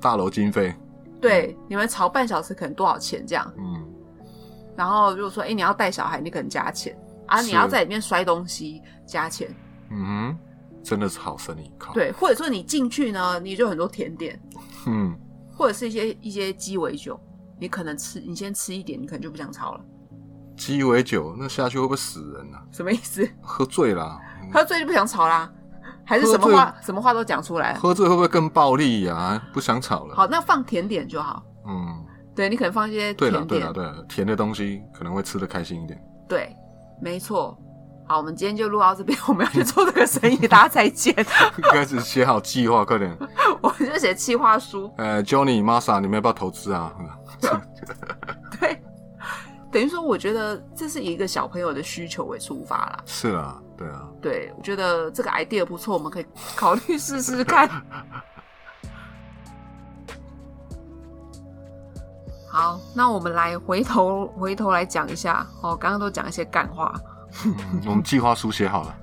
Speaker 2: 大楼经费，
Speaker 1: 对，你们吵半小时可能多少钱这样？
Speaker 2: 嗯，
Speaker 1: 然后如果说，哎、你要带小孩，你可能加钱啊，你
Speaker 2: 是
Speaker 1: 要在里面摔东西加钱，
Speaker 2: 嗯哼，真的是好生意，靠，，
Speaker 1: 对，或者说你进去呢，你就很多甜点，
Speaker 2: 嗯，
Speaker 1: 或者是一些一些鸡尾酒，你可能吃，你先吃一点，你可能就不想吵了，
Speaker 2: 鸡尾酒那下去会不会死人啊？
Speaker 1: 什么意思？
Speaker 2: 喝醉啦、
Speaker 1: 喝醉就不想吵啦，还是什么
Speaker 2: 嗯喝
Speaker 1: 话什么话都讲出来了。
Speaker 2: 喝醉会不会更暴力呀、不想吵了。
Speaker 1: 哎好，那放甜点就好。
Speaker 2: 嗯，
Speaker 1: 对你可能放一些
Speaker 2: 对了，
Speaker 1: 甜
Speaker 2: 对
Speaker 1: 点，
Speaker 2: 了，对了，甜的东西可能会吃的开心一点。
Speaker 1: 对没错。好，我们今天就录到这边，我们要去做这个生意，大家再 见。
Speaker 2: 开始写好计划，快点。
Speaker 1: 我就写企划书，
Speaker 2: 呃，Johnny、Masa，你们要不要投资啊？
Speaker 1: 对，等于说我觉得这是以一个小朋友的需求为出发啦。
Speaker 2: 是啦，对啊，
Speaker 1: 对，我觉得这个 idea 不错，我们可以考虑试试看。 好，那我们来回头回头来讲一下哦，刚刚都讲一些干话。
Speaker 2: 嗯我们计划书写好了。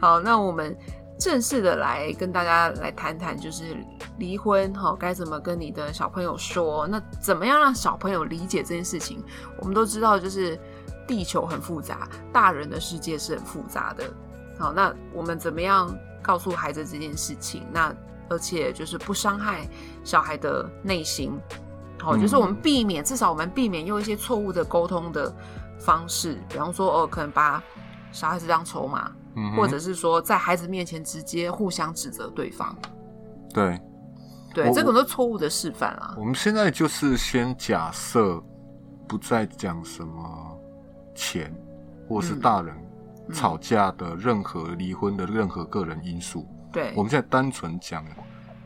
Speaker 1: 好，那我们正式的来跟大家来谈谈，就是离婚哈、哦该怎么跟你的小朋友说？那怎么样让小朋友理解这件事情？我们都知道，就是地球很复杂，大人的世界是很复杂的。好，那我们怎么样告诉孩子这件事情？那而且就是不伤害小孩的内心。好，
Speaker 2: 嗯
Speaker 1: 就是我们避免，至少我们避免用一些错误的沟通的方式，比方说哦，可能把小孩子当筹码，
Speaker 2: 嗯哼，
Speaker 1: 或者是说在孩子面前直接互相指责对方。
Speaker 2: 对，
Speaker 1: 对，
Speaker 2: 我
Speaker 1: 这种都是错误的示范啦。
Speaker 2: 我们现在就是先假设，不再讲什么钱或是大人
Speaker 1: 嗯
Speaker 2: 吵架的任何离婚的任何个人因素。
Speaker 1: 对
Speaker 2: 我，们现在单纯讲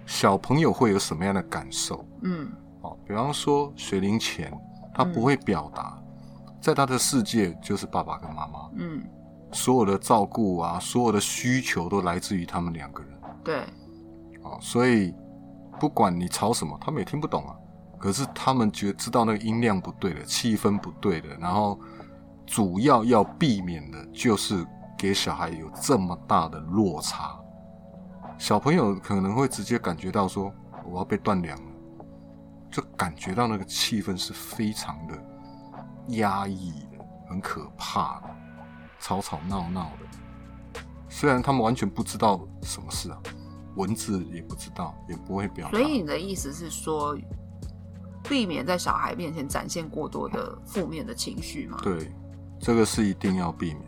Speaker 2: 小朋友会有什么样的感受
Speaker 1: 嗯，
Speaker 2: 哦，比方说学龄前他
Speaker 1: 嗯
Speaker 2: 不会表达，在他的世界就是爸爸跟妈妈，
Speaker 1: 嗯，
Speaker 2: 所有的照顾啊，所有的需求都来自于他们两个人。
Speaker 1: 对，
Speaker 2: 啊，所以不管你吵什么，他们也听不懂啊。可是他们觉知道那个音量不对的，气氛不对的，然后主要要避免的就是给小孩有这么大的落差。小朋友可能会直接感觉到说我要被断粮了，就感觉到那个气氛是非常的压抑的，很可怕的，吵吵闹闹的。虽然他们完全不知道什么事啊，文字也不知道，也不会表达。
Speaker 1: 所以你的意思是说，避免在小孩面前展现过多的负面的情绪嘛？
Speaker 2: 对，这个是一定要避免。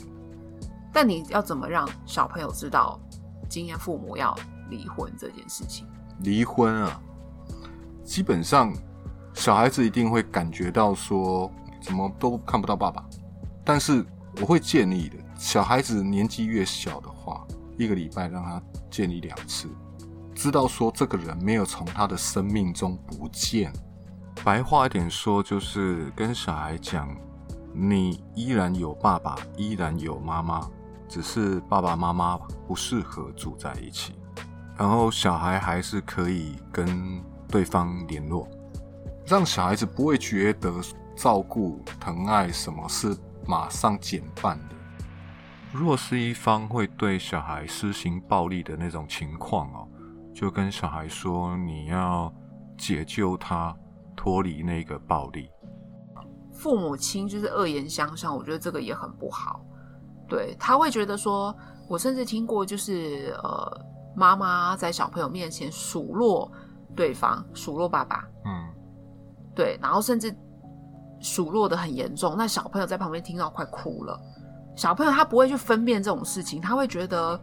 Speaker 1: 但你要怎么让小朋友知道今天父母要离婚这件事情？
Speaker 2: 离婚啊，基本上小孩子一定会感觉到说怎么都看不到爸爸，但是我会建议的，小孩子年纪越小的话，一个礼拜让他见你两次，知道说这个人没有从他的生命中不见。白话一点说，就是跟小孩讲，你依然有爸爸，依然有妈妈，只是爸爸妈妈不适合住在一起。然后小孩还是可以跟对方联络，让小孩子不会觉得照顾、疼爱什么是马上减半的。弱势一方会对小孩施行暴力的那种情况哦，就跟小孩说你要解救他脱离那个暴力。
Speaker 1: 父母亲就是恶言相向，我觉得这个也很不好。对他会觉得说，我甚至听过就是呃，妈妈在小朋友面前数落对方，数落爸爸，
Speaker 2: 嗯，
Speaker 1: 对，然后甚至数落的很严重，那小朋友在旁边听到快哭了。小朋友他不会去分辨这种事情，他会觉得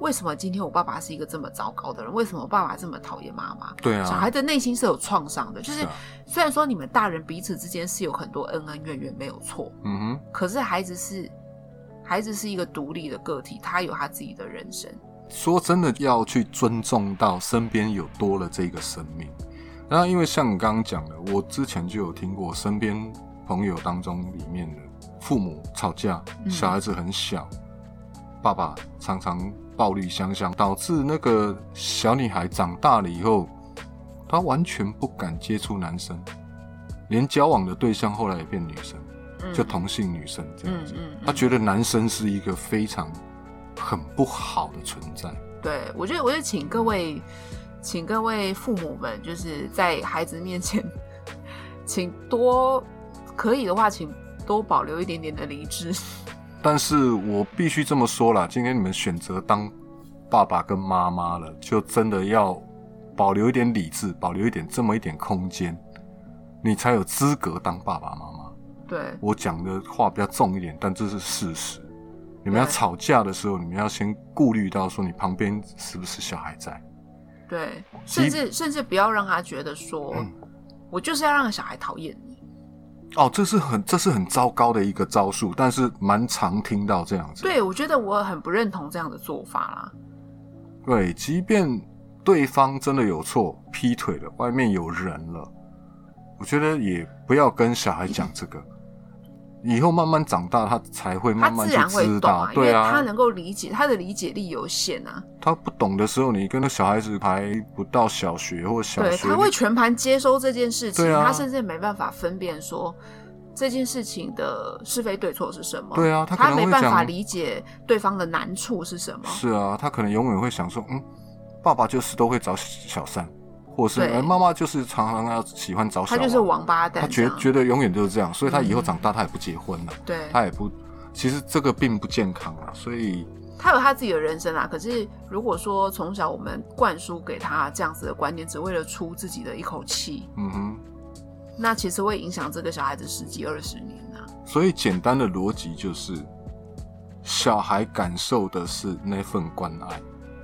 Speaker 1: 为什么今天我爸爸是一个这么糟糕的人？为什么我爸爸这么讨厌妈妈？
Speaker 2: 对啊，
Speaker 1: 小孩的内心是有创伤的，就是
Speaker 2: 啊
Speaker 1: 虽然说你们大人彼此之间是有很多恩恩怨怨没有错，
Speaker 2: 嗯哼，
Speaker 1: 可是孩子是孩子是一个独立的个体，他有他自己的人生。
Speaker 2: 说真的要去尊重到身边有多了这个生命。那因为像你刚刚讲的，我之前就有听过身边朋友当中里面的父母吵架，
Speaker 1: 嗯
Speaker 2: 小孩子很小，爸爸常常暴力相向，导致那个小女孩长大了以后，她完全不敢接触男生，连交往的对象后来也变女生，
Speaker 1: 嗯
Speaker 2: 就同性女生这样子。
Speaker 1: 嗯嗯嗯
Speaker 2: 她觉得男生是一个非常很不好的存在。
Speaker 1: 对我觉得，我就请各位，请各位父母们，就是在孩子面前， 请多可以的话，请多保留一点点的理智。
Speaker 2: 但是我必须这么说啦，今天你们选择当爸爸跟妈妈了，就真的要保留一点理智，保留一点这么一点空间，你才有资格当爸爸妈妈。
Speaker 1: 对，
Speaker 2: 我讲的话比较重一点，但这是事实。你们要
Speaker 1: 对
Speaker 2: 吵架的时候，你们要先顾虑到说你旁边是不是小孩在。
Speaker 1: 对，
Speaker 2: 其
Speaker 1: 甚至甚至不要让他觉得说，
Speaker 2: 嗯
Speaker 1: 我就是要让小孩讨厌你。
Speaker 2: 哦，这是很这是很糟糕的一个招数，但是蛮常听到这样子。
Speaker 1: 对我觉得我很不认同这样的做法啦。
Speaker 2: 对，即便对方真的有错，劈腿了，外面有人了，我觉得也不要跟小孩讲这个。以后慢慢长大，他才会
Speaker 1: 他
Speaker 2: 慢慢
Speaker 1: 自
Speaker 2: 去
Speaker 1: 然会懂
Speaker 2: 知道
Speaker 1: 啊，，因为
Speaker 2: 对
Speaker 1: 他
Speaker 2: 啊，
Speaker 1: 能够理解，他的理解力有限啊，
Speaker 2: 他不懂的时候，你跟那小孩子还不到小学或小
Speaker 1: 对，
Speaker 2: 学，
Speaker 1: 他会全盘接收这件事情，
Speaker 2: 对啊
Speaker 1: 他甚至没办法分辨说这件事情的是非对错是什么，
Speaker 2: 对啊他
Speaker 1: 他
Speaker 2: 可能会
Speaker 1: 没办法
Speaker 2: 讲
Speaker 1: 理解对方的难处是什么，
Speaker 2: 是啊，他可能永远会想说，嗯，爸爸就是都会找小三，或是
Speaker 1: 对
Speaker 2: 哎妈妈就是常常要喜欢找小
Speaker 1: 他
Speaker 2: 王，
Speaker 1: 就是王八蛋
Speaker 2: 他
Speaker 1: 这
Speaker 2: 觉
Speaker 1: 样，
Speaker 2: 觉得永远都是这样，所以他以后
Speaker 1: 嗯
Speaker 2: 长大他也不结婚了，
Speaker 1: 对，
Speaker 2: 他也不，其实这个并不健康啊，所以。
Speaker 1: 他有他自己的人生啦。可是如果说从小我们灌输给他这样子的观念，只为了出自己的一口气，
Speaker 2: 嗯哼，
Speaker 1: 那其实会影响这个小孩子十几二十年啊。
Speaker 2: 所以简单的逻辑就是，小孩感受的是那份关爱。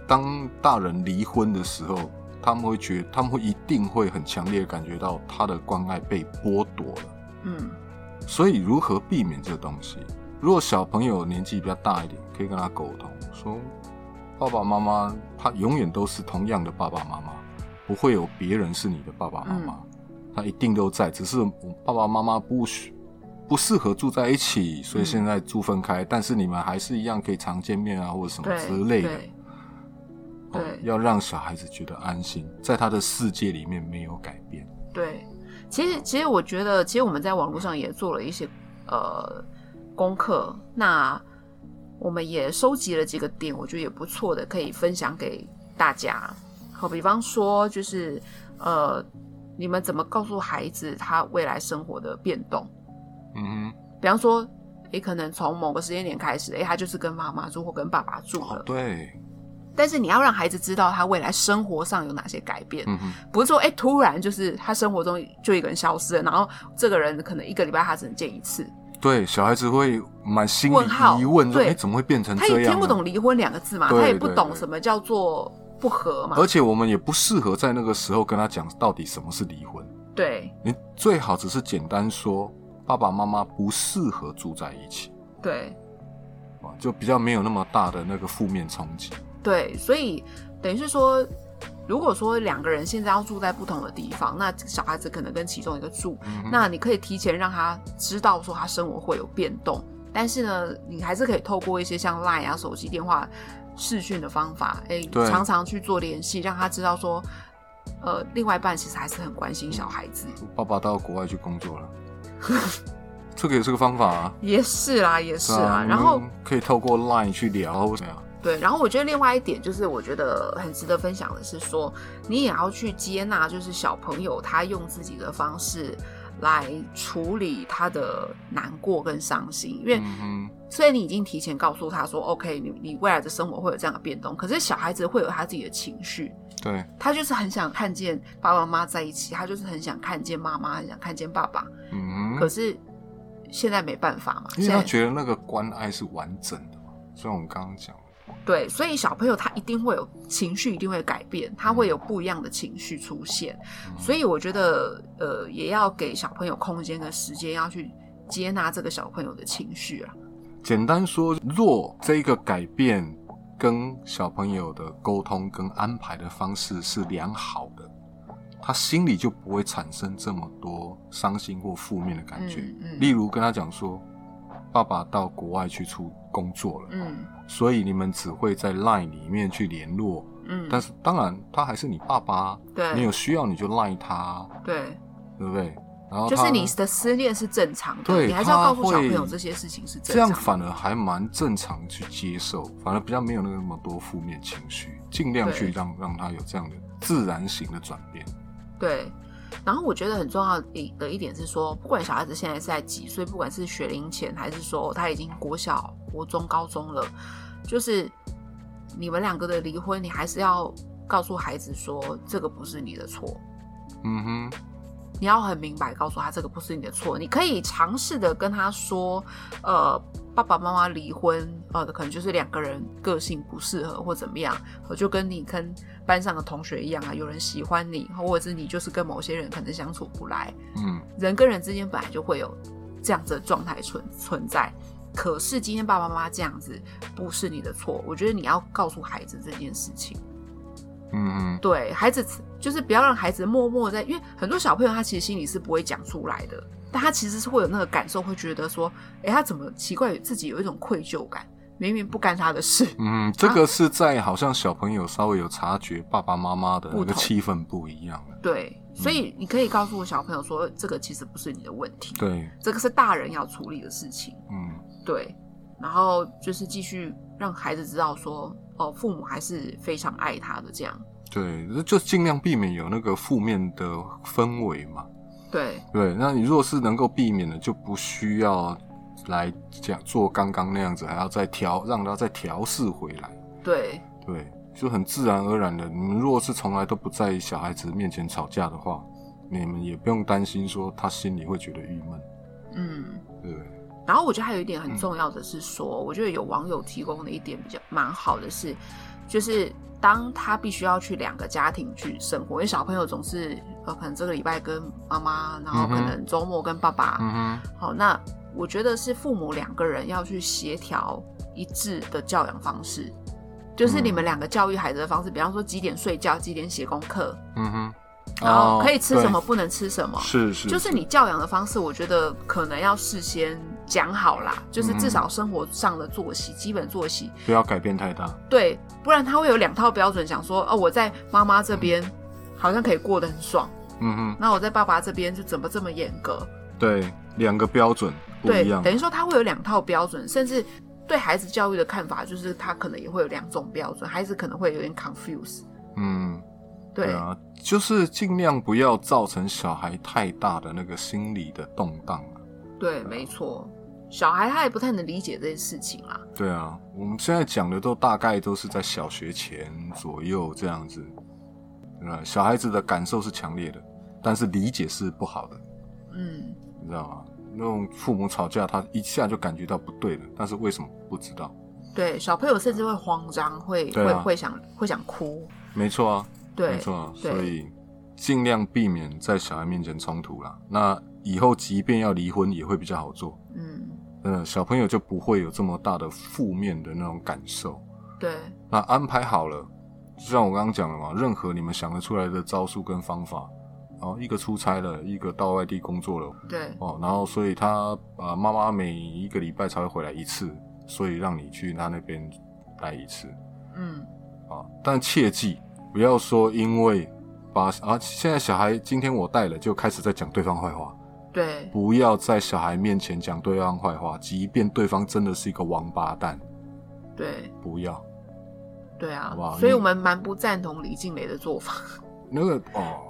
Speaker 2: 当大人离婚的时候，他们会觉他们会一定会很强烈地感觉到他的关爱被剥夺了。
Speaker 1: 嗯，
Speaker 2: 所以如何避免这个东西？如果小朋友年纪比较大一点，可以跟他沟通说，爸爸妈妈他永远都是同样的爸爸妈妈，不会有别人是你的爸爸妈妈，
Speaker 1: 嗯
Speaker 2: 他一定都在，只是我爸爸妈妈不许不适合住在一起，所以
Speaker 1: 嗯
Speaker 2: 现在住分开，但是你们还是一样可以常见面啊，或者什么
Speaker 1: 对，
Speaker 2: 之类的。
Speaker 1: 对
Speaker 2: 哦
Speaker 1: 对
Speaker 2: 要让小孩子觉得安心，在他的世界里面没有改变。
Speaker 1: 对，其实其实我觉得，其实我们在网络上也做了一些呃功课，那我们也收集了几个点，我觉得也不错的，可以分享给大家。好，比方说就是呃，你们怎么告诉孩子他未来生活的变动？
Speaker 2: 嗯
Speaker 1: 比方说，诶，可能从某个时间点开始，诶，他就是跟妈妈住或跟爸爸住
Speaker 2: 哼，
Speaker 1: 了，
Speaker 2: 哦对，
Speaker 1: 但是你要让孩子知道他未来生活上有哪些改变。
Speaker 2: 嗯哼，
Speaker 1: 不是说哎、诶突然就是他生活中就一个人消失了，然后这个人可能一个礼拜他只能见一次，
Speaker 2: 对，小孩子会满心里
Speaker 1: 问号
Speaker 2: 疑问说，
Speaker 1: 对
Speaker 2: 哎，怎么会变成
Speaker 1: 他
Speaker 2: 这样？
Speaker 1: 也听不懂。离婚两个字嘛，
Speaker 2: 对
Speaker 1: 他也不
Speaker 2: 对
Speaker 1: 懂
Speaker 2: 对
Speaker 1: 什么叫做不和嘛
Speaker 2: 而，且我们也不适合在那个时候跟他讲到底什么是离婚。
Speaker 1: 对
Speaker 2: 你最好只是简单说，爸爸妈妈不适合住在一起
Speaker 1: 对
Speaker 2: 啊，就比较没有那么大的那个负面冲击。
Speaker 1: 对，所以等于是说，如果说两个人现在要住在不同的地方，那小孩子可能跟其中一个住，
Speaker 2: 嗯哼
Speaker 1: 那你可以提前让他知道说他生活会有变动，但是呢，你还是可以透过一些像 Line 啊、手机电话视讯的方法，哎、
Speaker 2: 对
Speaker 1: 常常去做联系，让他知道说，呃，另外一半其实还是很关心小孩子。
Speaker 2: 爸爸到国外去工作了， 这个也是个方法啊。
Speaker 1: 也是啦，也是啦。
Speaker 2: 对啊嗯
Speaker 1: 然后
Speaker 2: 你们可以透过 Line 去聊，或怎么样？
Speaker 1: 对，然后我觉得另外一点就是，我觉得很值得分享的是说，你也要去接纳，就是小朋友他用自己的方式来处理他的难过跟伤心，因为
Speaker 2: 嗯
Speaker 1: 虽然你已经提前告诉他说，OK，你你未来的生活会有这样的变动，可是小孩子会有他自己的情绪，
Speaker 2: 哼，对，
Speaker 1: 他就是很想看见爸爸妈妈在一起，他就是很想看见妈妈，很想看见爸爸，
Speaker 2: 嗯
Speaker 1: 可
Speaker 2: 哼，
Speaker 1: 是现在没办法嘛，
Speaker 2: 因为
Speaker 1: 现
Speaker 2: 他
Speaker 1: 在
Speaker 2: 觉得那个关爱是完整的嘛，所以我们刚刚讲，嗯
Speaker 1: 对，所以小朋友他一定会有情绪，一定会改变，他会有不一样的情绪出现。
Speaker 2: 嗯
Speaker 1: 所以我觉得，呃，也要给小朋友空间跟时间，要去接纳这个小朋友的情绪啊。
Speaker 2: 简单说，若这个改变跟小朋友的沟通跟安排的方式是良好的，他心里就不会产生这么多伤心或负面的感觉。
Speaker 1: 嗯嗯
Speaker 2: 例如跟他讲说，爸爸到国外去出工作了，
Speaker 1: 嗯
Speaker 2: 所以你们只会在 LINE 里面去联络，
Speaker 1: 嗯，
Speaker 2: 但是当然他还是你爸爸啊，你有
Speaker 1: 对
Speaker 2: 需要你就 LINE 他，啊
Speaker 1: 对，
Speaker 2: 对不对？然后
Speaker 1: 就
Speaker 2: 他
Speaker 1: 是你的思念是正常的，
Speaker 2: 哦对
Speaker 1: 你还是要告诉
Speaker 2: 他会
Speaker 1: 小朋友这些事情是正
Speaker 2: 这
Speaker 1: 常
Speaker 2: 样
Speaker 1: 的。
Speaker 2: 反而还蛮正常去接受，反而比较没有那么多负面情绪，尽量去
Speaker 1: 对
Speaker 2: 让让他有这样的自然型的转变。
Speaker 1: 对。然后我觉得很重要的一的一点是说，不管小孩子现在是在几岁，不管是学龄前还是说他已经国小、国中、高中了，就是你们两个的离婚，你还是要告诉孩子说这个不是你的错，
Speaker 2: 嗯哼，
Speaker 1: 你要很明白告诉他这个不是你的错。你可以尝试的跟他说，呃，爸爸妈妈离婚，呃，可能就是两个人个性不适合或怎么样，呃就跟你跟班上的同学一样啊，有人喜欢你，或者是你就是跟某些人可能相处不来，
Speaker 2: 嗯，
Speaker 1: 人跟人之间本来就会有这样子的状态存存在。可是今天爸爸妈妈这样子不是你的错，我觉得你要告诉孩子这件事情。
Speaker 2: 嗯
Speaker 1: 对孩子就是不要让孩子默默在，因为很多小朋友他其实心里是不会讲出来的，但他其实是会有那个感受，会觉得说，诶，他怎么奇怪自己有一种愧疚感，明明不干他的事。
Speaker 2: 嗯，这
Speaker 1: 啊
Speaker 2: 个是在好像小朋友稍微有察觉爸爸妈妈的那
Speaker 1: 不
Speaker 2: 个
Speaker 1: 同
Speaker 2: 气氛不一样了。
Speaker 1: 对，所以你可以告诉我小朋友说，这个其实不是你的问题，
Speaker 2: 对，
Speaker 1: 这个是大人要处理的事情。
Speaker 2: 嗯
Speaker 1: 对，然后就是继续让孩子知道说，哦，父母还是非常爱他的这样。
Speaker 2: 对，就尽量避免有那个负面的氛围嘛。
Speaker 1: 对，
Speaker 2: 对，那你若是能够避免的，就不需要来讲做刚刚那样子，还要再调，让他再调试回来。
Speaker 1: 对，
Speaker 2: 对，就很自然而然的。你们如果是从来都不在小孩子面前吵架的话，你们也不用担心说他心里会觉得郁闷，
Speaker 1: 嗯。
Speaker 2: 对不对？
Speaker 1: 然后我觉得还有一点很重要的是说，
Speaker 2: 嗯
Speaker 1: 我觉得有网友提供的一点比较蛮好的是，就是当他必须要去两个家庭去生活，因为小朋友总是呃可能这个礼拜跟妈妈，然后可能周末跟爸爸，
Speaker 2: 嗯哼，
Speaker 1: 好，那我觉得是父母两个人要去协调一致的教养方式，就是你
Speaker 2: 嗯
Speaker 1: 们两个教育孩子的方式，比方说几点睡觉，几点写功课，
Speaker 2: 嗯哼，
Speaker 1: 然后可以吃
Speaker 2: 哦
Speaker 1: 什么，？不能吃什么
Speaker 2: 对，是是，
Speaker 1: 就是你教养的方式，我觉得可能要事先讲好啦，就是至少生活上的作息、基本作息，
Speaker 2: 不要改变太大。
Speaker 1: 对，不然他会有两套标准，想说哦，我在妈妈这边好像可以过得很爽，
Speaker 2: 嗯哼，
Speaker 1: 那我在爸爸这边就怎么这么严格？
Speaker 2: 对，两个标准不
Speaker 1: 对
Speaker 2: 一，样
Speaker 1: 等。于说他会有两套标准，甚至对孩子教育的看法，就是他可能也会有两种标准，孩子可能会有点 confuse。
Speaker 2: 嗯，
Speaker 1: 对，
Speaker 2: 啊，就是尽量不要造成小孩太大的那个心理的动荡啊。
Speaker 1: 对，没错，小孩他也不太能理解这件事情啦。
Speaker 2: 对啊，我们现在讲的都大概都是在小学前左右这样子，呃，小孩子的感受是强烈的，但是理解是不好的，
Speaker 1: 嗯，
Speaker 2: 你知道吗？那种父母吵架，他一下就感觉到不对了，但是为什么不知道？
Speaker 1: 对，小朋友甚至会慌张，会、
Speaker 2: 对
Speaker 1: 会
Speaker 2: 啊
Speaker 1: 会想会想哭。
Speaker 2: 没错啊，
Speaker 1: 对
Speaker 2: 没，错啊，
Speaker 1: 对
Speaker 2: 所以尽量避免在小孩面前冲突啦。那以后即便要离婚，也会比较好做，
Speaker 1: 嗯，
Speaker 2: 嗯，小朋友就不会有这么大的负面的那种感受。
Speaker 1: 对，
Speaker 2: 那安排好了，就像我刚刚讲了嘛，任何你们想得出来的招数跟方法，然后一个出差了，一个到外地工作了，
Speaker 1: 对，
Speaker 2: 哦，然后所以他呃妈妈每一个礼拜才会回来一次，所以让你去他那边待一次
Speaker 1: 嗯，
Speaker 2: 啊，但切记不要说因为把啊现在小孩今天我带了就开始在讲对方坏话，
Speaker 1: 对，
Speaker 2: 不要在小孩面前讲对方坏话，即便对方真的是一个王八蛋，
Speaker 1: 对，
Speaker 2: 不要，
Speaker 1: 对啊
Speaker 2: 好不好，
Speaker 1: 所以
Speaker 2: 你
Speaker 1: 我们蛮不赞同李静蕾的做法。
Speaker 2: 那个哦，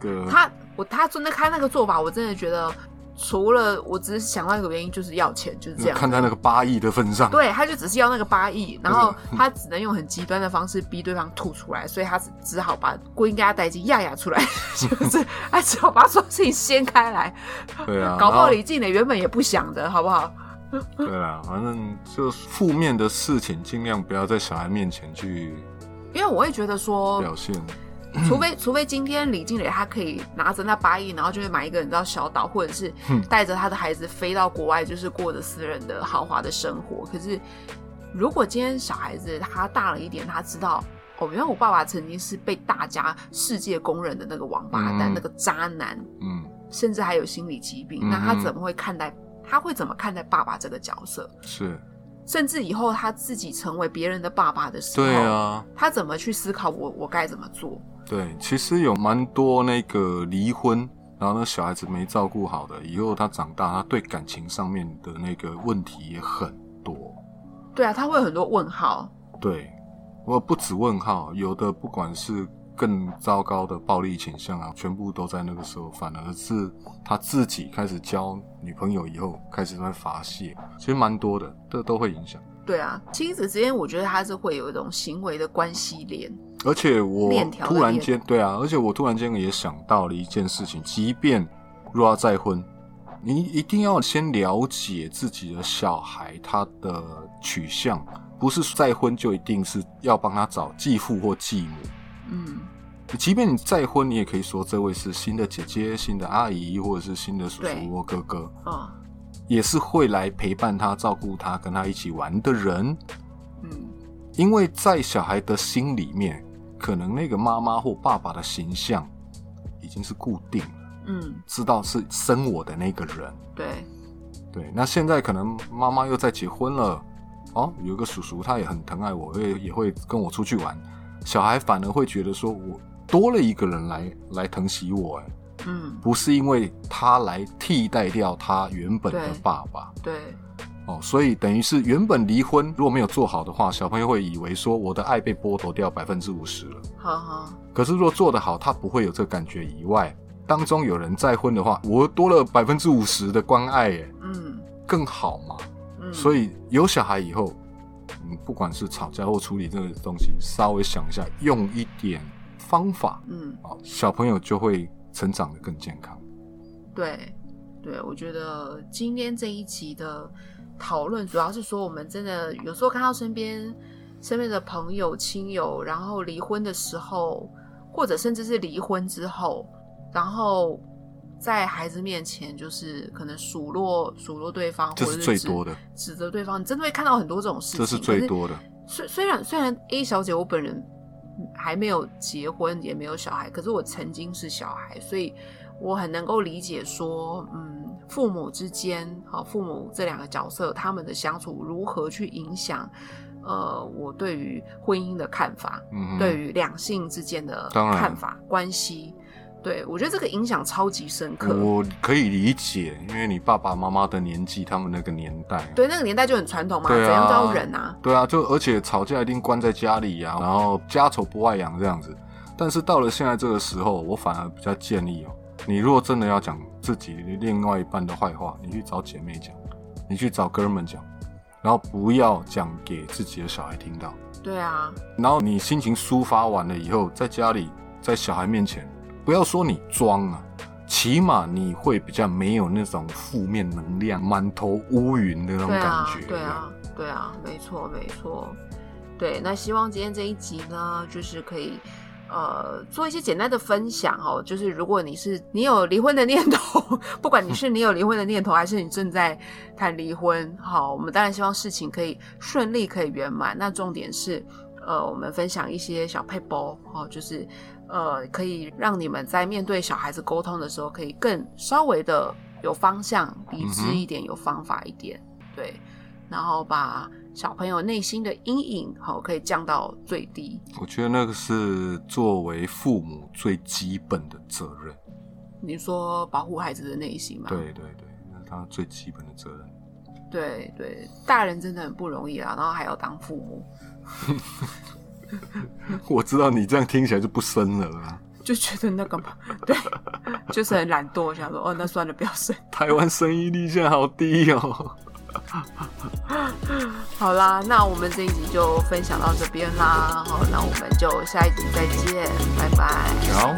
Speaker 2: 那个
Speaker 1: 他我他真的他那个做法，我真的觉得，除了我只是想到一个原因，就是要钱，就是这样。
Speaker 2: 嗯看在那个八亿的份上，
Speaker 1: 对，他就只是要那个八亿，然
Speaker 2: 嗯
Speaker 1: 后他只能用很极端的方式逼对方吐出来，所以他只只好把郭英给他带进亚亚出来， 就是他只好把所有事情掀开来，
Speaker 2: 对啊，
Speaker 1: 搞不
Speaker 2: 然
Speaker 1: 好
Speaker 2: 后
Speaker 1: 李静蕾原本也不想的，好不好？
Speaker 2: 对啦，反正就是负面的事情，尽量不要在小孩面前去
Speaker 1: 因为我会觉得说，
Speaker 2: 表现。
Speaker 1: 除 非除非今天李静蕾她可以拿着那八亿，然后就会买一个你知道小岛，或者是
Speaker 2: 嗯
Speaker 1: 带着她的孩子飞到国外，就是过着私人的豪华的生活。可是如果今天小孩子他大了一点，他知道。哦，原来我爸爸曾经是被大家世界公认的那个王八蛋、
Speaker 2: 嗯
Speaker 1: 那个渣男，
Speaker 2: 嗯，
Speaker 1: 甚至还有心理疾病。
Speaker 2: 嗯哼
Speaker 1: 那他怎么会看待？他会怎么看待爸爸这个角色？
Speaker 2: 是
Speaker 1: 甚至以后他自己成为别人的爸爸的时候，
Speaker 2: 对啊，
Speaker 1: 他怎么去思考我我该怎么做？
Speaker 2: 对，其实有蛮多那个离婚，然后呢小孩子没照顾好的，以后他长大，他对感情上面的那个问题也很多。
Speaker 1: 对啊，他会有很多问号。
Speaker 2: 对，我不止问号，有的不管是更糟糕的暴力倾向啊，全部都在那个时候，反而是他自己开始交女朋友以后，开始在发泄，其实蛮多的，这都会影响。
Speaker 1: 对啊，亲子之间，我觉得他是会有一种行为的关系链。
Speaker 2: 而且我
Speaker 1: 链条的
Speaker 2: 突然
Speaker 1: 链
Speaker 2: 间，对啊，而且我突然间也想到了一件事情，即便若要再婚，你一定要先了解自己的小孩他的取向，不是再婚就一定是要帮他找继父或继母。
Speaker 1: 嗯，
Speaker 2: 即便你再婚，你也可以说这位是新的姐姐、新的阿姨，或者是新的叔
Speaker 1: 对
Speaker 2: 叔或哥哥，
Speaker 1: 哦，
Speaker 2: 也是会来陪伴他、照顾他、跟他一起玩的人。
Speaker 1: 嗯，
Speaker 2: 因为在小孩的心里面，可能那个妈妈或爸爸的形象已经是固定了，
Speaker 1: 嗯，
Speaker 2: 知道是生我的那个人。
Speaker 1: 对，
Speaker 2: 对，那现在可能妈妈又在结婚了，哦，有一个叔叔他也很疼爱我，也也会跟我出去玩。小孩反而会觉得说，我多了一个人来来疼惜我，哎，
Speaker 1: 嗯，
Speaker 2: 不是因为他来替代掉他原本的爸爸
Speaker 1: 对，
Speaker 2: 哦，所以等于是原本离婚如果没有做好的话，小朋友会以为说我的爱被剥夺掉百分之五十了。
Speaker 1: 好好，
Speaker 2: 可是若做得好，他不会有这感觉。以外，当中有人再婚的话，我多了百分之五十的关爱，耶，
Speaker 1: 嗯
Speaker 2: 更好嘛。
Speaker 1: 嗯，
Speaker 2: 所
Speaker 1: 以
Speaker 2: 以有小孩以后，嗯，不管是吵架或处理这个东西，稍微想一下，用一点方法
Speaker 1: 嗯，
Speaker 2: 哦，小朋友就会成长得更健康。
Speaker 1: 对，对，我觉得今天这一集的讨论主要是说，我们真的有时候看到身边身边的朋友、亲友，然后离婚的时候，或者甚至是离婚之后，然后在孩子面前，就是可能数落数落对方，
Speaker 2: 这
Speaker 1: 或
Speaker 2: 是
Speaker 1: 者
Speaker 2: 最
Speaker 1: 指
Speaker 2: 多的，
Speaker 1: 指责对方，你真的会看到很多这种事情。
Speaker 2: 这是最。多的。
Speaker 1: 虽虽然虽然 A 小姐我本人嗯还没有结婚，也没有小孩，可是我曾经是小孩，所以我很能够理解说，嗯，父母之间，好、父母这两个角色他们的相处如何去影响，呃，我对于婚姻的看法。
Speaker 2: 嗯哼，
Speaker 1: 对于两性之间的
Speaker 2: 当然
Speaker 1: 看法关系，对我觉得这个影响超级深刻。
Speaker 2: 我可以理解，因为你爸爸妈妈的年纪，他们那个年代，
Speaker 1: 对那个年代就很传统嘛，
Speaker 2: 对啊
Speaker 1: 怎样都要忍啊。
Speaker 2: 对啊，就而且吵架一定关在家里呀、然后家丑不外扬这样子。但是到了现在这个时候，我反而比较建议哦，你如果真的要讲自己另外一半的坏话，你去找姐妹讲，你去找哥们讲，然后不要讲给自己的小孩听到。
Speaker 1: 对啊，
Speaker 2: 然后你心情抒发完了以后，在家里，在小孩面前，不要说你装啊，起码你会比较没有那种负面能量、满头乌云的那种
Speaker 1: 对
Speaker 2: 感
Speaker 1: 啊
Speaker 2: 觉。，
Speaker 1: 对啊，对啊，没错，没错。对，那希望今天这一集呢，就是可以。呃，做一些简单的分享哦，就是如果你是你有离婚的念头， 不管你是你有离婚的念头，还是你正在谈离婚，好，我们当然希望事情可以顺利，可以圆满。那重点是，呃，我们分享一些小配包哦，就是呃，可以让你们在面对小孩子沟通的时候，可以更稍微的有方向、理智
Speaker 2: 嗯哼
Speaker 1: 一点，有方法一点，对，然后把小朋友内心的阴影好、可以降到最低。
Speaker 2: 我觉得那个是作为父母最基本的责任。
Speaker 1: 你说保护孩子的内心嘛？
Speaker 2: 对对对，那是他最基本的责任。
Speaker 1: 对对，大人真的很不容易啊，然后还要当父母。
Speaker 2: 我知道你这样听起来就不生了啊啦。
Speaker 1: 就觉得那个嘛，对，就是很懒惰，想说哦，那算了，不要生。
Speaker 2: 台湾生育率现在好低哦。
Speaker 1: 好啦，那我们这一集就分享到这边啦，好，那我们就下一集再见，拜拜。
Speaker 2: 好。